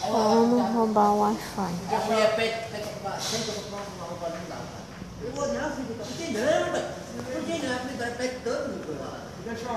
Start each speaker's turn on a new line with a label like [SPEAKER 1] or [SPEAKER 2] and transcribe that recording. [SPEAKER 1] Como roubar o Wi-Fi?
[SPEAKER 2] Porque a mulher pede, pega pra sempre pra comprar uma roupa ali lá. Eu vou não, filho, não tem não, não tem não, a mulher pede todo mundo lá.